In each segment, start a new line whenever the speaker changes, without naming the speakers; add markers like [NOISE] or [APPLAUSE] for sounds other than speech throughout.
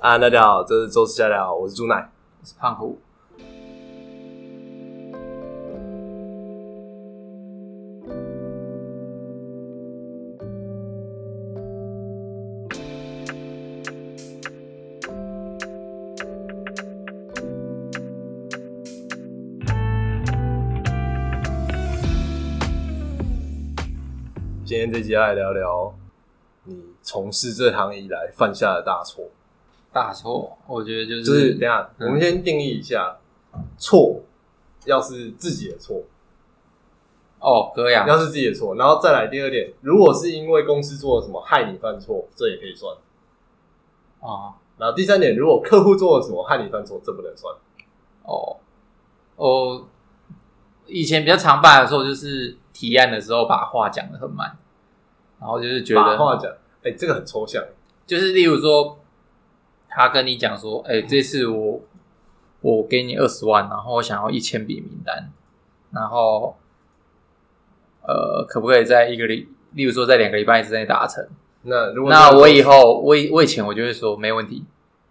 啊，大家好，这是周四下聊，我是朱奶。
我是胖虎。
今天这集要来聊聊你从事这行以来犯下的大错，
大错，我觉得就是
就是等一下、
嗯
我们先定义一下错，要是自己的错，
哦，哥呀，
要是自己的错，然后再来第二点，如果是因为公司做了什么害你犯错，这也可以算。
哦
然后第三点，如果客户做了什么害你犯错，这不能算。
哦哦，以前比较常办的时候，就是提案的时候把话讲的很满，然后就是觉
把话
得，
讲，哎、这个很抽象。
就是例如说，他跟你讲说，哎、这次我我给你二十万，然后我想要一千笔名单，然后呃，可不可以在一个礼，例如说在两个礼拜之内达成？
那如果
那我以后，我以我以前我就会说没问题，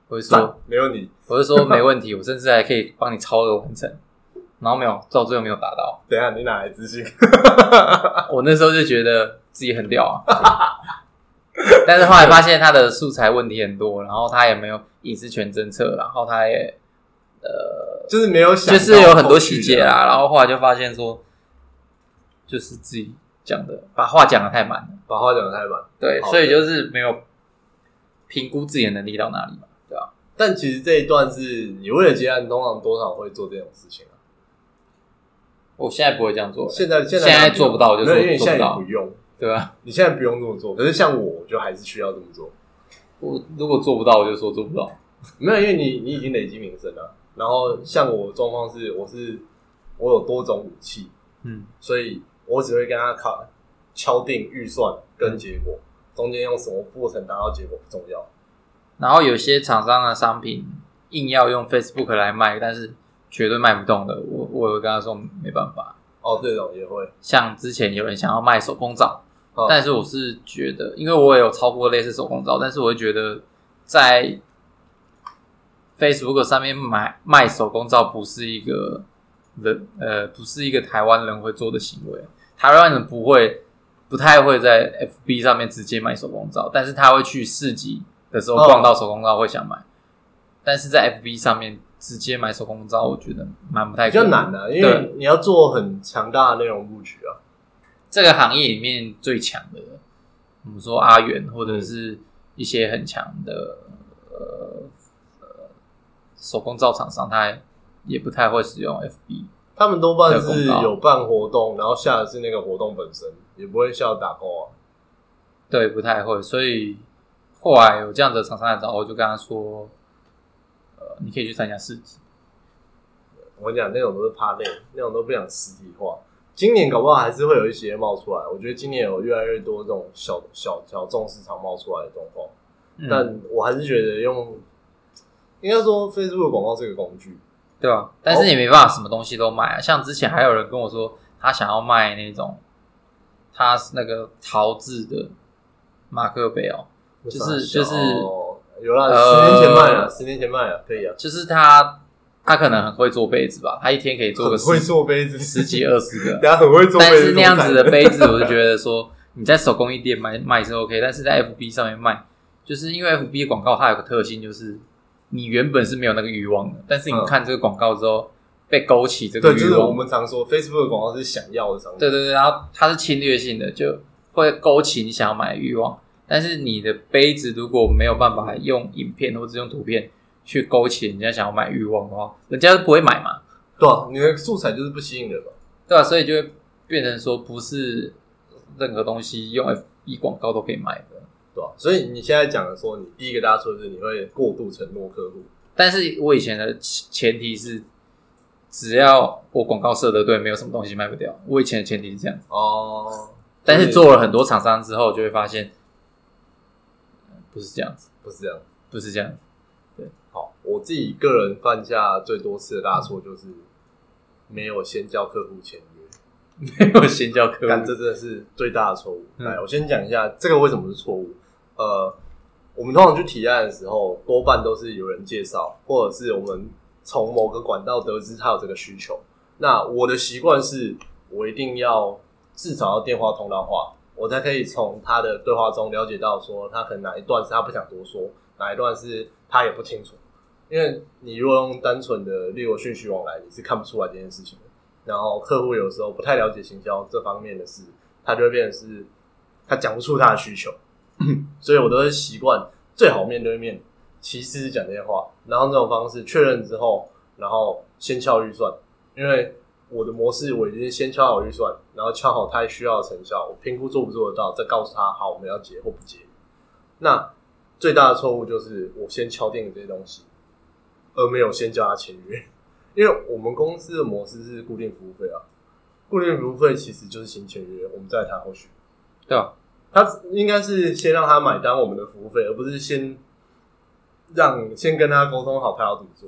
我会说
赞没问题，
我就说 [LAUGHS] 没问题，我甚至还可以帮你超额完成。然后没有，到最后没有达到。啊
等一下你哪来自信？
我那时候就觉得自己很屌啊， [LAUGHS] 但是后来发现他的素材问题很多，然后他也没有隐私权政策，然后他也
[LAUGHS] 就是没有想
就
到
是有很多
后续
细
的
节啦。然后后来就发现说，就是自己讲的把话讲的太满了，
把话讲的太满。
对，
好
所以
对
就是没有评估自己的能力到哪里嘛，对吧、
但其实这一段是你为了结案，通常多少会做这种事情啊。
我现在不会这样做，
现在现在
现在做不到就
没有
做
因为你
做不
现在
到
也不用，
对吧、啊
你现在不用这么做。可是像我，我就还是需要这么做。
我如果做不到，我就说做不到。
没有，因为你你已经累积名声了。啊然后像我的状况是，我是我有多种武器，
嗯，
所以我只会跟他敲敲定预算
嗯
跟结果，中间用什么过程达到结果不重要。
然后有些厂商的商品硬要用 Facebook 来卖，但是绝对卖不动的，我我有跟他说没办法。
哦，这种也会，
像之前有人想要卖手工皂，
哦
但是我是觉得，因为我也有超过类似手工皂，但是我会觉得在 Facebook 上面买卖手工皂不是一个人呃不是一个台湾人会做的行为，台湾人不会不太会在 FB 上面直接买手工皂，但是他会去市集的时候
哦
逛到手工皂会想买，但是在 FB 上面直接买手工皂，我觉得蛮不太
比较
可能
难的、因为
对
你要做很强大的内容布局啊。
这个行业里面最强的，我们说阿元或者是一些很强的呃呃手工皂厂商，他也不太会使用 FB。
他们多半是
有公告
有办活动，然后下的是那个活动本身，也不会下打勾啊。
对，不太会，所以后来有这样的厂商来找我，我就跟他说，呃，你可以去参加市集。
我跟你讲，那种都是怕累，那种都不想实体化。今年搞不好还是会有一些冒出来，我觉得今年有越来越多这种小小小众市场冒出来的状况。
嗯
但我还是觉得用，应该说 Facebook 的广告是一个工具，
对啊，但是你没办法什么东西都卖啊。像之前还有人跟我说，他想要卖那种，他是那个陶制的马克杯哦，就是就是
啊哦有啦，
呃
十年前卖了，十年前卖了，可以啊，
就是他他可能很会做杯子吧，他一天可以做个
很
十
会做杯子，[LAUGHS]
十几二十个，
大家很会做杯
但
子，
是那样子
这
的
种感觉
杯子，我就觉得说你在手工艺店卖卖是 OK，但是在 FB 上面卖，就是因为 FB 广告它有个特性，就是你原本是没有那个欲望的，但是你
嗯
看这个广告之后被勾起这个
对，就
欲
是我
望，
们常说 Facebook 的广告是想要的商品，
对对对，然后它是侵略性的，就会勾起你想要买的欲望。但是你的杯子如果没有办法用影片或者用图片去勾起人家想要买欲望的话，人家就不会买嘛。
对啊，你的素材就是不吸引人嘛。
对啊，所以就会变成说，不是任何东西用 FB 广告都可以买的。
对吧、所以你现在讲的说，你第一个大错就是你会过度承诺客户，
但是我以前的前前提是，只要我广告设的对，没有什么东西卖不掉。我以前的前提是这样子，
哦，
但是做了很多厂商之后，就会发现呃不是这样子，
不是这样。
不是这样子。
好，我自己个人犯下最多次的大错就是没有先叫客户签约，
没 [LAUGHS] 有先教客
但
户，
这真的是最大的错误。
嗯
来，我先讲一下这个为什么是错误。呃，我们通常去提案的时候，多半都是有人介绍，或者是我们从某个管道得知他有这个需求。那我的习惯是，我一定要至少要电话通到话，我才可以从他的对话中了解到说，他可能哪一段是他不想多说，哪一段是他也不清楚。因为你如果用单纯的例如讯息往来，你是看不出来这件事情的。然后客户有时候不太了解行销这方面的事，他就会变成是他讲不出他的需求， [CLEARS THROAT] 所以我都会习惯最好面对面，其次是讲电话，然后这种方式确认之后，然后先敲预算，因为我的模式我已经先敲好预算，然后敲好他需要的成效，我评估做不做得到，再告诉他好我们要结或不结。那最大的错误就是我先敲定了这些东西，而没有先叫他签约。因为我们公司的模式是固定服务费啊，固定服务费其实就是先签约，我们再谈后续。
对啊吧？
他应该是先让他买单我们的服务费，而不是先让先跟他沟通好他要怎么做。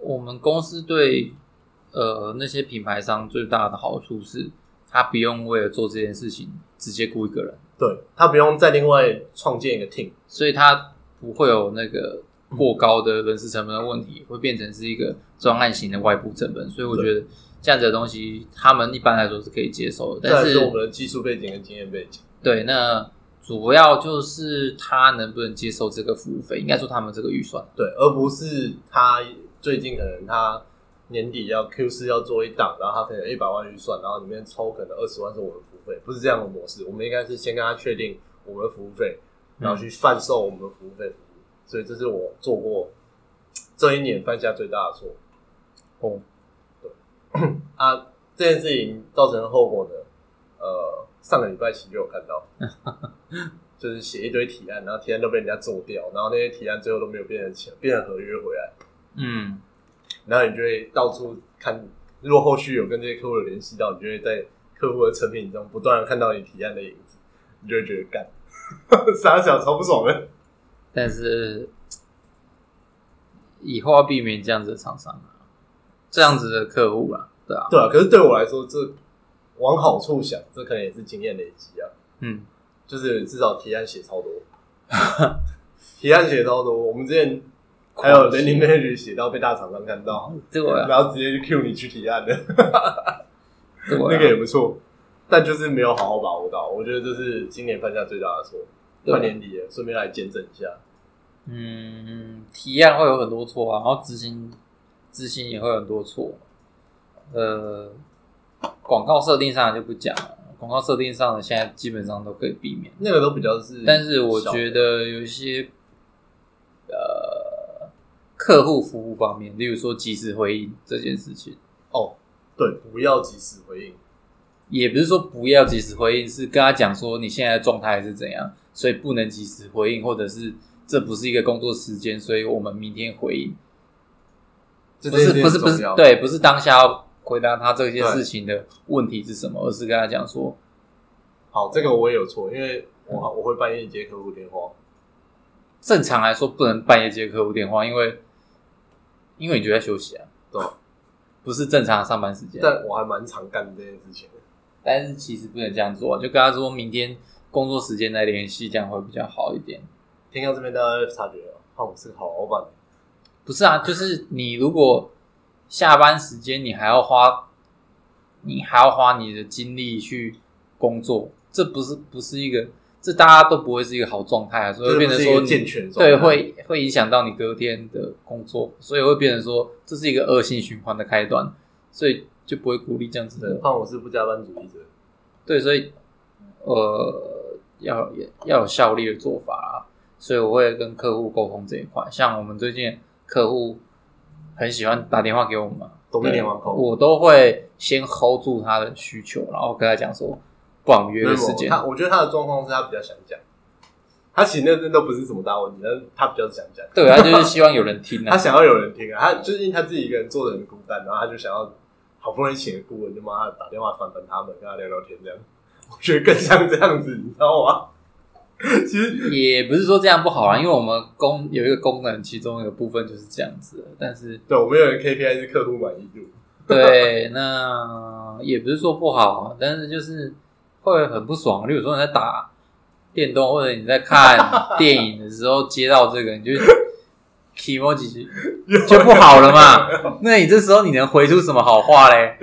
我们公司对呃那些品牌商最大的好处是，他不用为了做这件事情直接雇一个人，
对他不用再另外创建一个 team，
所以他不会有那个过高的人事成本的问题，会变成是一个专案型的外部成本。所以我觉得这样子的东西，他们一般来说是可以接受的。
再来
但
是我
是
们的技术背景跟经验背景。
对，那主要就是他能不能接受这个服务费，应该说他们这个预算。
对，而不是他最近可能他年底要 Q 四要做一档，然后他可能一百万预算，然后里面抽可能二十万是我们服务费，不是这样的模式。我们应该是先跟他确定我们的服务费，然后去贩售我们的服务费服务。所以这是我做过这一年犯下最大的错
哦，
啊！这件事情造成的后果呢，呃，上个礼拜其实就有看到，就是写一堆提案，然后提案都被人家做掉，然后那些提案最后都没有变成钱，变成合约回来。
嗯，
然后你就会到处看，如果后续有跟这些客户有联系到，你就会在客户的成品中不断的看到你提案的影子，你就会觉得干， [LAUGHS] 傻小超不爽的。
但是以后要避免这样子的厂商啊，这样子的客户啦，对啊，
对啊，可是对我来说，这往好处想，这可能也是经验累积啊，
嗯，
就是至少提案写超 [LAUGHS] 多，提案写超多。我们之前还有 l e n d i n page 写到被大厂商看到，啊
这个我啊要
然后直接去 Q 你去提案的。
这个啊我
那
要
个也不错，但就是没有好好把握到。我觉得这是今年犯下最大的错。
对啊
快年底了，顺便来见证一下。
嗯，提案会有很多错啊，然后执行执行也会有很多错。呃，广告设定上就不讲了，广告设定上的现在基本上都可以避免。
那个都比较是，
但是我觉得有一些呃客户服务方面，例如说及时回应这件事情，
哦，对，不要及时回应，
也不是说不要及时回应，是跟他讲说你现在的状态是怎样，所以不能及时回应，或者是这不是一个工作时间，所以我们明天回应。
这
不是不是不是，，对，不是当下要回答他这些
对
事情的问题是什么，而是跟他讲说，
好，这个我也有错，因为我我会半夜接客户电话，
正常来说不能半夜接客户电话，因为因为你就在休息啊，
对，
不是正常的上班时间。
但我还蛮常干这件事情的。
但是其实不能这样做啊，就跟他说明天工作时间再联系，这样会比较好一点。
听到这边大家会察觉了，看我哦是个好老板，
不是啊，就是你如果下班时间你还要花，你还要花你的精力去工作，这不是不是一个，这大家都不会是一个好状态啊，所以会变成
这不是
说
一个
你
健全的状态
对会会影响到你隔天的工作，所以会变成说这是一个恶性循环的开端，所以就不会鼓励这样子
对，
的。
看我是不加班主义者，
对，所以呃，要有要有效率的做法啊。所以我会跟客户沟通这一块。像我们最近客户很喜欢打电话给我们嘛，
懂一点完
对
后。
我都会先 hold 住他的需求，然后跟他讲说，不然我们约
没
个
有
时间。
他我觉得他的状况是他比较想讲，他其实那真的不是什么大问题，但是他比较想讲。
对，他就是希望有人听
他
啊。
想要有人听啊，他就是因为他自己一个人做的很孤单，然后他就想要好不容易请个顾问，就帮他打电话反反他们，跟他聊聊天这样。 [LAUGHS] 我觉得更像这样子，你知道吗？其实
也不是说这样不好啊，因为我们功有一个功能，其中一个部分就是这样子的。但是
对我们有人 KPI 是客户满意度， [LAUGHS]
对，那也不是说不好，但是就是会很不爽。例如说你在打，电动或者你在看电影的时候接到这个，你就 [LAUGHS] e m o 几句就不好
[LAUGHS]
了嘛。那你这时候你能回出什么好话嘞？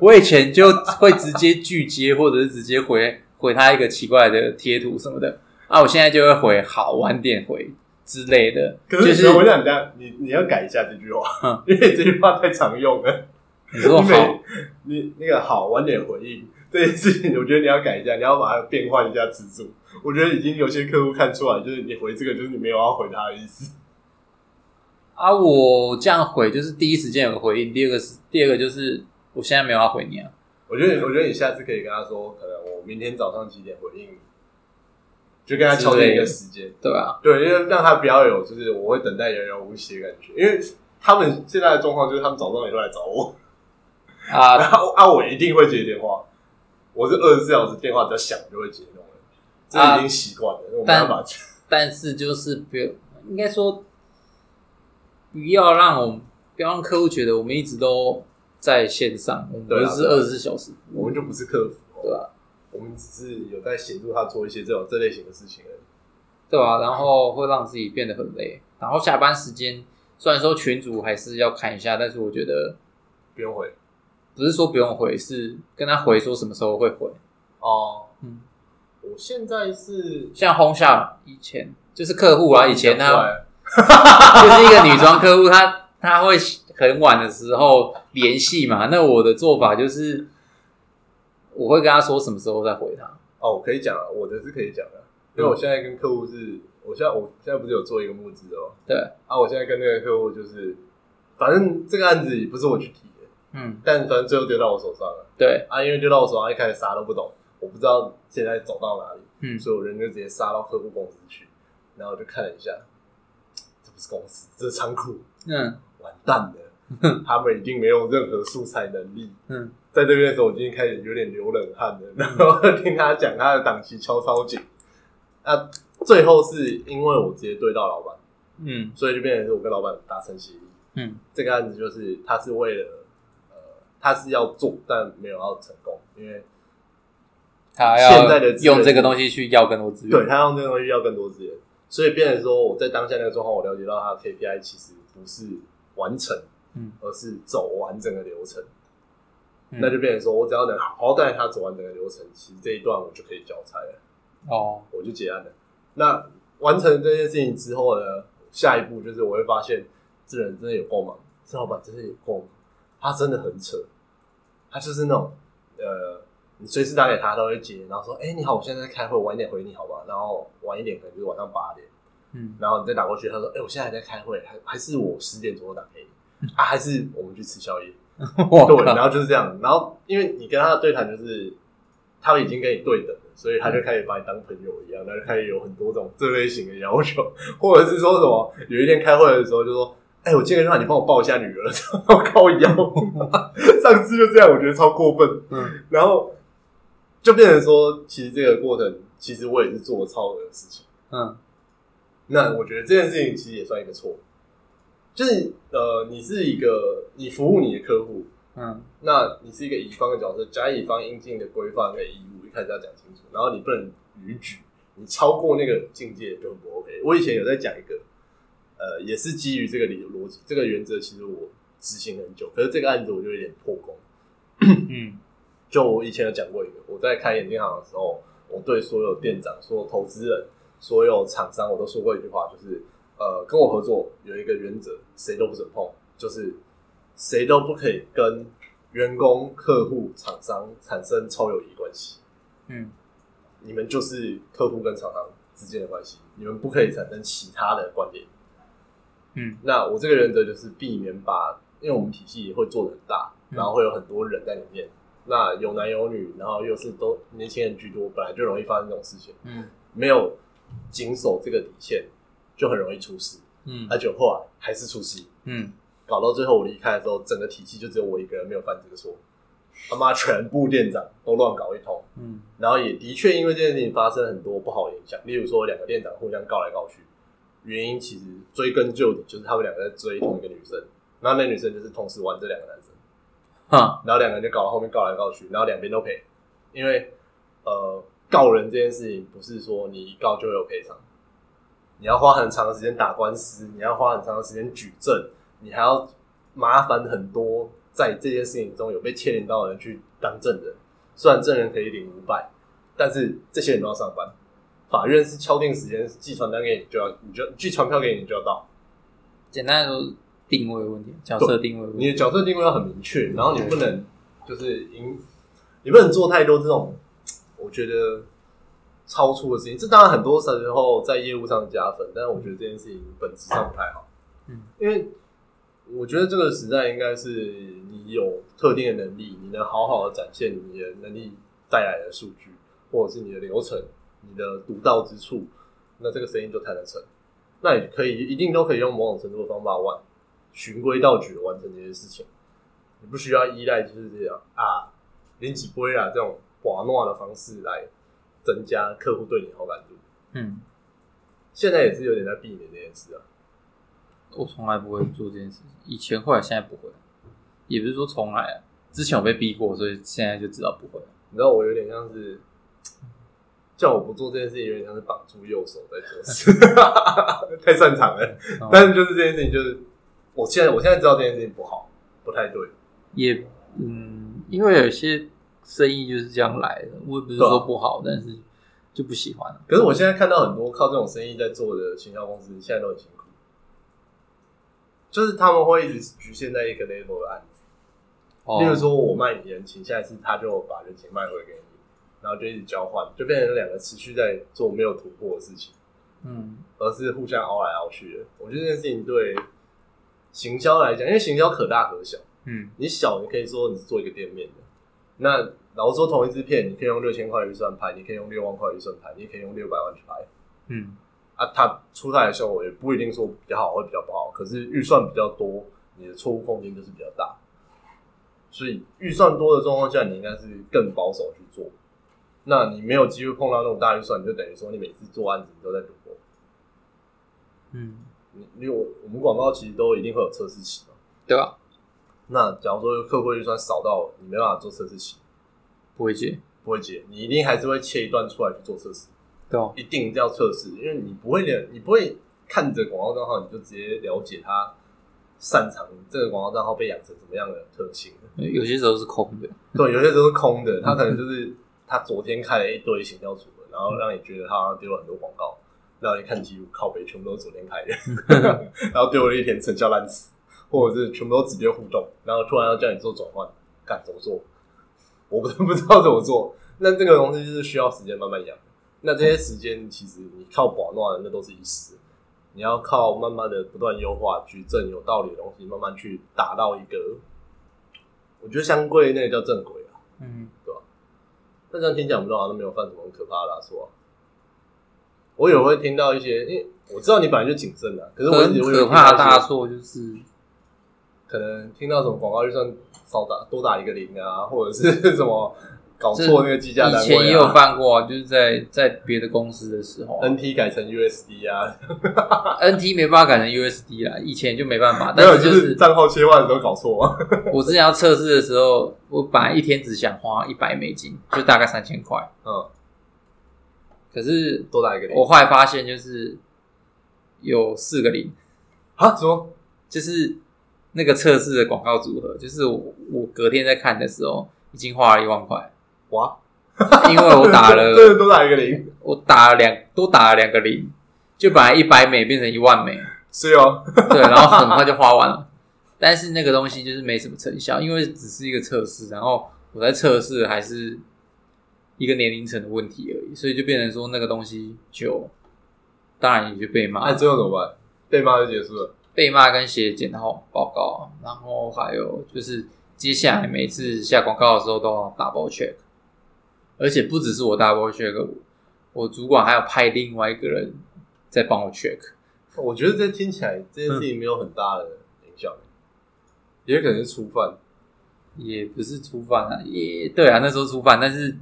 我以前就会直接拒接，或者是直接回回他一个奇怪的贴图什么的啊，我现在就会回好晚点回之类的，
可
就是嗯
我想这样，你你要改一下这句话，因为这句话太常用了。
你说
你
好
每你那个好晚点回应这件事情，我觉得你要改一下，你要把它变换一下词组。我觉得已经有些客户看出来，就是你回这个，就是你没有要回他的意思。
啊，我这样回就是第一时间有个回应，第二个是第二个就是我现在没有要回你啊。
我觉得，我觉得你下次可以跟他说，可能我明天早上几点回应，就跟他敲定一个时间。
对吧？
对，因为让他不要有就是我会等待遥遥无期的感觉，因为他们现在的状况就是他们早上也会来找
[LAUGHS]
我，
啊，
然后啊我一定会接电话，我是二十四小时电话只要响就会接那种人，这已经习惯了，我没办法。
啊但是就是不要，应该说不要让我们不要让客户觉得我们一直都在线上，我们不
对啊
是二十四小时服务
我们就不是客服、
对啊吧、
我们只是有在协助他做一些这种这类型的事情而已。
对吧、然后会让自己变得很累，然后下班时间虽然说群主还是要看一下，但是我觉得
不用回
不是说不用回，是跟他回说什么时候会回。
哦，
嗯，
我现在是
像轰下以前就是客户啊，以前
讲出
他
来了
[LAUGHS] 就是一个女装客户，她她会很晚的时候联系嘛。那我的做法就是，我会跟她说什么时候再回她。
哦，我可以讲啊，我的是可以讲的，因为我现在跟客户是，我现在我现在不是有做一个募资哦，
对，
啊，我现在跟那个客户就是，反正这个案子也不是我去提的，
嗯，
但反正最后丢到我手上了
对，
啊，因为丢到我手上一开始啥都不懂，我不知道现在走到哪里，
嗯，
所以我人就直接杀到客户公司去，然后我就看了一下，这不是公司，这是仓库，
嗯
完蛋了，他们已经没有任何素材能力。
嗯，
在这边的时候，我已经开始有点流冷汗了。 [LAUGHS] 然后听他讲他的档期敲超紧，那最后是因为我直接对到老板，
嗯
所以就变成是我跟老板达成协议。
嗯
这个案子就是他是为了呃，他是要做，但没有要成功，因为
她要
现在的资源
用这个东西去要更多资源。
对，他用这个东西要更多资源，所以变成说我在当下那个状况，我了解到他的 KPI 其实不是完成，
嗯，
而是走完整个流程。
嗯
那就变成说我只要能好好带他走完整个流程，其实这一段我就可以交差了，
哦，
我就结案了。那完成这件事情之后呢，下一步就是我会发现这人真的有够忙，这老板真的有够忙，他真的很扯，他就是那种呃，你随时打给他他都会接，然后说，哎、你好，我现在在开会，晚一点回你好吗？然后晚一点可能就是晚上八点，
嗯
然后你再打过去，他说，哎、我现在还在开会，还还是我十点左右打给你啊，还是我们去吃宵夜。
[LAUGHS] 我
对，然后
靠
就是这样，然后因为你跟他的对谈就是他已经跟你对等了，所以他就开始把你当朋友一样，那就开始有很多种这类型的要求，或者是说什么有一天开会的时候就说。哎、我今天让你帮我抱一下女儿， [LAUGHS] 我靠腰，上次就这样，我觉得超过分。
嗯
然后就变成说，其实这个过程，其实我也是做了超额的事情。
嗯
那我觉得这件事情其实也算一个错，就是呃，你是一个你服务你的客户，
嗯
那你是一个乙方的角色，甲乙方应尽的规范跟义务，一开始要讲清楚，然后你不能逾矩，你超过那个境界就很不 OK。我以前有在讲一个，呃，也是基于这个理逻辑、这个原则，其实我执行很久，可是这个案子我就有点破功。
嗯
就我以前有讲过一个，我在开眼镜行的时候，我对所有店长、所有投资人、所有厂商，我都说过一句话，就是呃，跟我合作有一个原则，谁都不准碰，就是谁都不可以跟员工、客户、厂商产生超友谊关系。
嗯
你们就是客户跟厂商之间的关系，你们不可以产生其他的观点。
嗯
那我这个原则就是避免把，因为我们体系会做的很大，
嗯
然后会有很多人在里面，那有男有女，然后又是都年轻人居多，本来就容易发生这种事情，
嗯
没有谨守这个底线，就很容易出事，
嗯
而且后来还是出事，
嗯，
搞到最后我离开的时候，整个体系就只有我一个人没有犯这个错，他妈全部店长都乱搞一通，
嗯
然后也的确因为这件事情发生很多不好的影响，例如说两个店长互相告来告去，原因其实追根究底就是他们两个在追同一个女生，然后那女生就是同时玩这两个男生，
哈
然后两个人就搞到后面告来告去，然后两边都赔，因为呃告人这件事情，不是说你一告就有赔偿，你要花很长的时间打官司，你要花很长的时间举证，你还要麻烦很多在这件事情中有被牵连到的人去当证人。虽然证人可以领五百，但是这些人都要上班。法院是敲定时间，寄传单给你就要，你就寄传票给你，你就要到。
简单来说，定位问题，角色定位问
你
题，
的角色定位要很明确，然后你不能就是因，你不能做太多这种，我觉得超出的事情。这当然很多时候在业务上加分，但是我觉得这件事情本质上不太好。
嗯，
因为我觉得这个时代应该是你有特定的能力，你能好好的展现你的能力带来的数据，或者是你的流程、你的独到之处，那这个生意就谈得成。那你可以一定都可以用某种程度的方法完循规蹈矩的完成这些事情，你不需要依赖就是这样啊，零几杯啊这种寡诺的方式来增加客户对你的好感度。
嗯，
现在也是有点在避免这件事啊。
我从来不会做这件事情，以前会，现在不会，也不是说从来啊，之前我被逼过，所以现在就知道不会。
你知道我有点像是叫我不做这件事情，有点像是绑住右手在做事， [LAUGHS] 太擅长了。
然后
但是就是这件事情，就是我现在我现在知道这件事情不好，不太对。
也嗯，因为有些生意就是这样来的，我也不是说不好，但是就不喜欢了。
可是我现在看到很多靠这种生意在做的行销公司，现在都很辛苦，就是他们会一直局限在一个 level 的案子。
哦
例如说，我卖你人情，下一次他就把人情卖回给你，然后就一直交换，就变成两个持续在做没有突破的事情。
嗯，
而是互相凹来凹去的。我觉得这件事情对行销来讲，因为行销可大可小，
嗯
你小你可以说你是做一个店面的，那老实说同一支片，你可以用六千块预算拍，你可以用六万块预算拍，你也可以用六百万去拍
嗯，
啊，它出来的效果也不一定说比较好或比较不好，可是预算比较多，你的错误空间就是比较大。所以预算多的状况下，你应该是更保守去做。那你没有机会碰到那种大预算，你就等于说你每次做案子你都在赌博。
嗯，
你因为我我们广告其实都一定会有测试期嘛。
对啊吧？
那假如说客户预算少到你没办法做测试期，
不会接，
不会接，你一定还是会切一段出来去做测试，
对啊吧？
一定要测试，因为你不会了，你不会看着广告账号你就直接了解他擅长这个广告账号被养成什么样的特性。
有些时候是空的，
[LAUGHS] 对，有些时候是空的，他可能就是他昨天开了一堆行销组合，然后让你觉得他好像丢了很多广告，然后你看记录靠北全部都是昨天开的，然后丢了一天成效烂死，或者是全部都只丢互动，然后突然要叫你做转换，干怎么做？我不不知道怎么做。那这个东西就是需要时间慢慢养。那这些时间其实你靠保暖啊的那都是一时，你要靠慢慢的不断优化、举证有道理的东西，慢慢去达到一个，我觉得相对那个叫正轨啊。
嗯，
那这样听起来，我们都好像都没有犯什么很可怕的啦说啊、我有会听到一些，因为我知道你本来就谨慎啊的，可是我一
很
直会
可
听到
怕
一
的大
些
错就是
可能听到什么广告预算少打多打一个零啊，或者是什么搞错那个计价单位、啊，
以前也有犯过、啊，就是在在别的公司的时候啊、
NT 改成 USD 啊，
NT 没办法改成 USD 啦，以前就没办法，
没
[LAUGHS] 但
有
是就
就是
是
账号切换的时候搞错、啊， [LAUGHS]
我之前要测试的时候，我本来一天只想花一百美金，就大概三千块，
嗯，
可是
多打一个零
我后来发现就是有四个零，
啊？什么？
就是那个测试的广告组合，就是我我隔天在看的时候已经花了一万块，
哇！
因为我打
[LAUGHS] 真
了
的多打一个零，
我打了两多打了两个零，就本来一百美变成一万美，
是哦，
对，然后很快就花完了。但是那个东西就是没什么成效，因为只是一个测试，然后我在测试还是一个年龄层的问题而已，所以就变成说那个东西就当然也就被骂
那、，最后怎么办？被骂就结束了。
被骂跟写检讨报告，啊然后还有就是接下来每次下广告的时候都要 double check，而且不只是我 double check，我我主管还要派另外一个人在帮我 check，
我觉得这听起来这件事情没有很大的影响，也可能是初犯。
也不是初犯啊，也对啊，那时候初犯，但是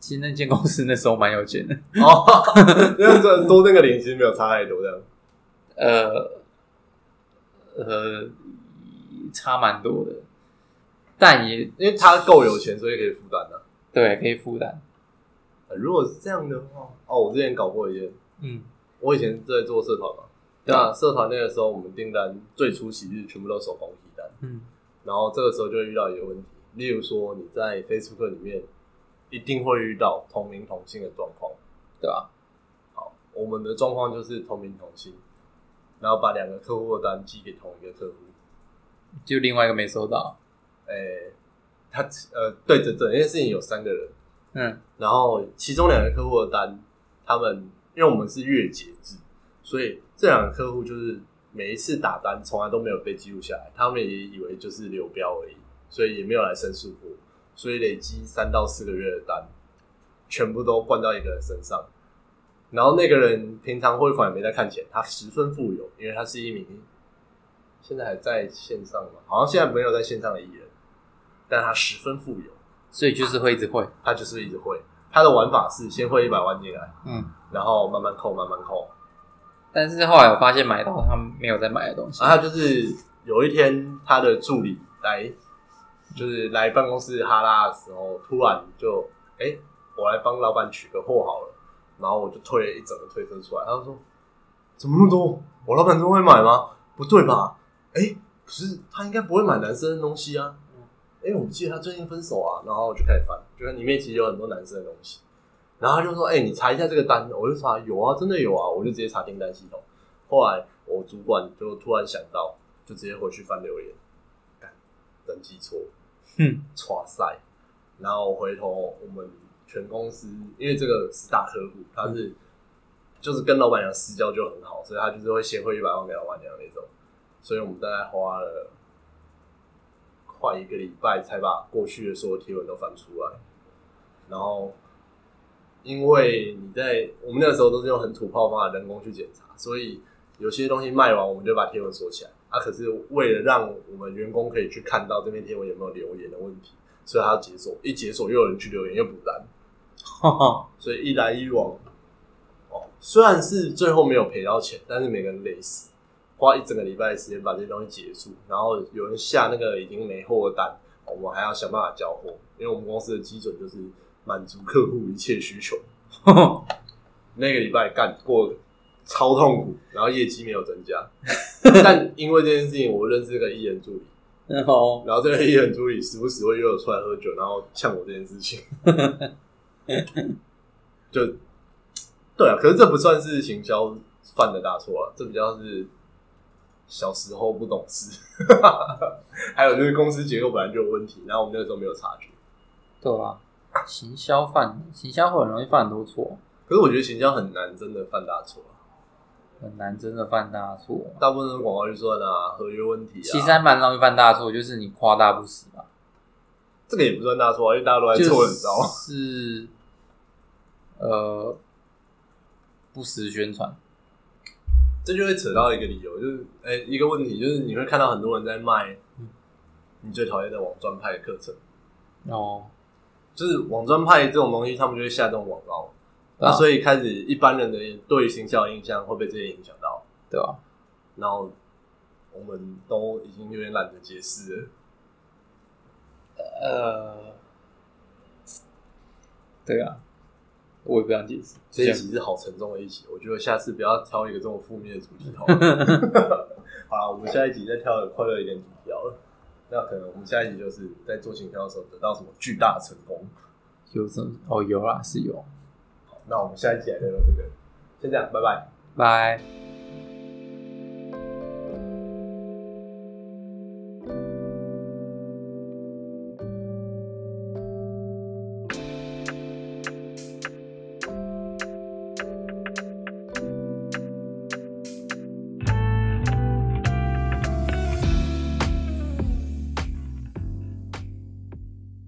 其实那间公司那时候蛮有钱的，
哦，因为这多那个零其实没有差太多，这样
呃呃，差蛮多的，但也
因为他够有钱，所以可以负担的。啊呃
对可以负担，
如果是这样的话，哦，我之前搞过一件，
嗯，
我以前在做社团嘛，
对
那社团那个时候我们订单最初期日全部都手工批单，
嗯，
然后这个时候就会遇到一个问题，例如说你在 Facebook 里面一定会遇到同名同姓的状况。
对啊吧？
我们的状况就是同名同姓，然后把两个客户的单寄给同一个客户。
就另外一个没收到，
诶、他呃，对，整整件事情有三个人，
嗯
然后其中两个客户的单，他们因为我们是月结制，所以这两个客户就是每一次打单从来都没有被记录下来，他们也以为就是流标而已，所以也没有来申诉过，所以累积三到四个月的单，全部都灌到一个人身上。然后那个人平常汇款也没在看钱，他十分富有，因为他是一名现在还在线上嘛，好像现在没有在线上的艺人，但他十分富有。
所以就是会一直会，
他就是一直汇。他的玩法是先汇一百万进来，
嗯，
然后慢慢扣，慢慢扣。
但是后来我发现买到他没有在买的东西，
然后他就是有一天，他的助理来，就是来办公室哈拉的时候，突然就哎、诶我来帮老板取个货好了。然后我就退了一整个推车出来，他就说：“怎么那么多？我老板都会买吗？不对吧？哎、可是他应该不会买男生的东西啊。哎、我记得他最近分手啊。”然后我就开始翻，就是里面其实有很多男生的东西。然后他就说：“哎、你查一下这个单。”我就查，有啊，真的有啊，我就直接查订单系统。后来我主管就突然想到，就直接回去翻留言，干登记错，
哼，
哇塞！然后回头我们全公司，因为这个是大客户，他是、就是跟老板娘私交就很好，所以他就是会先汇一百万给老板娘那种。所以我们大概花了快一个礼拜才把过去的所有贴文都翻出来，然后因为你在我们那个时候都是用很土炮方法人工去检查，所以有些东西卖完我们就把贴文锁起来。啊，可是为了让我们员工可以去看到这篇贴文有没有留言的问题，所以他要解锁，一解锁又有人去留言又补单，所以一来一往，哦，虽然是最后没有赔到钱，但是每个人累死，花一整个礼拜的时间把这些东西结束，然后有人下那个已经没货的单，哦我们还要想办法交货，因为我们公司的基准就是满足客户一切需求。那个礼拜干过超痛苦，然后业绩没有增
[LAUGHS]
加，但因为这件事情，我认识个艺人助理，
[LAUGHS] 然后
然后这个艺人助理时不时会约我出来喝酒，然后呛我这件事
[LAUGHS]
情，就对啊，可是这不算是行销犯的大错啊，这比较是小时候不懂事， [LAUGHS] 还有就是公司结构本来就有问题，然后我们那个时候没有察觉。
对吧？行销犯，行销会很容易犯很多错，
可是我觉得行销很难真的犯大错啊、
很难真的犯大错。
大部分都是广告预算啊、合约问题啊，
其实还蛮容易犯大错，就是你夸大不实吧，
这个也不算大错啊，因为大家都在
就
错，你知道吗？
是呃不实宣传，
这就会扯到一个理由，就是哎、一个问题就是你会看到很多人在卖
嗯
你最讨厌的网专派的课程，
哦，
就是网专派这种东西，他们就会下这种广告，那、
以
所以开始一般人的对行销的印象会被这些影响到，
对吧？
然后我们都已经有点懒得解释了。
呃，对啊，我也不想解释，
这
这
一
样
集是好沉重的一集，我觉得下次不要挑一个这么负面的主题好
[LAUGHS]
了。好了，我们下一集再挑一个快乐一点的主题好了。那可能我们下一集就是在做行销的时候得到什么巨大的成功。
有什么？哦，有啦，是有，
那我们下一期来聊聊这个，先这样，拜拜。
拜。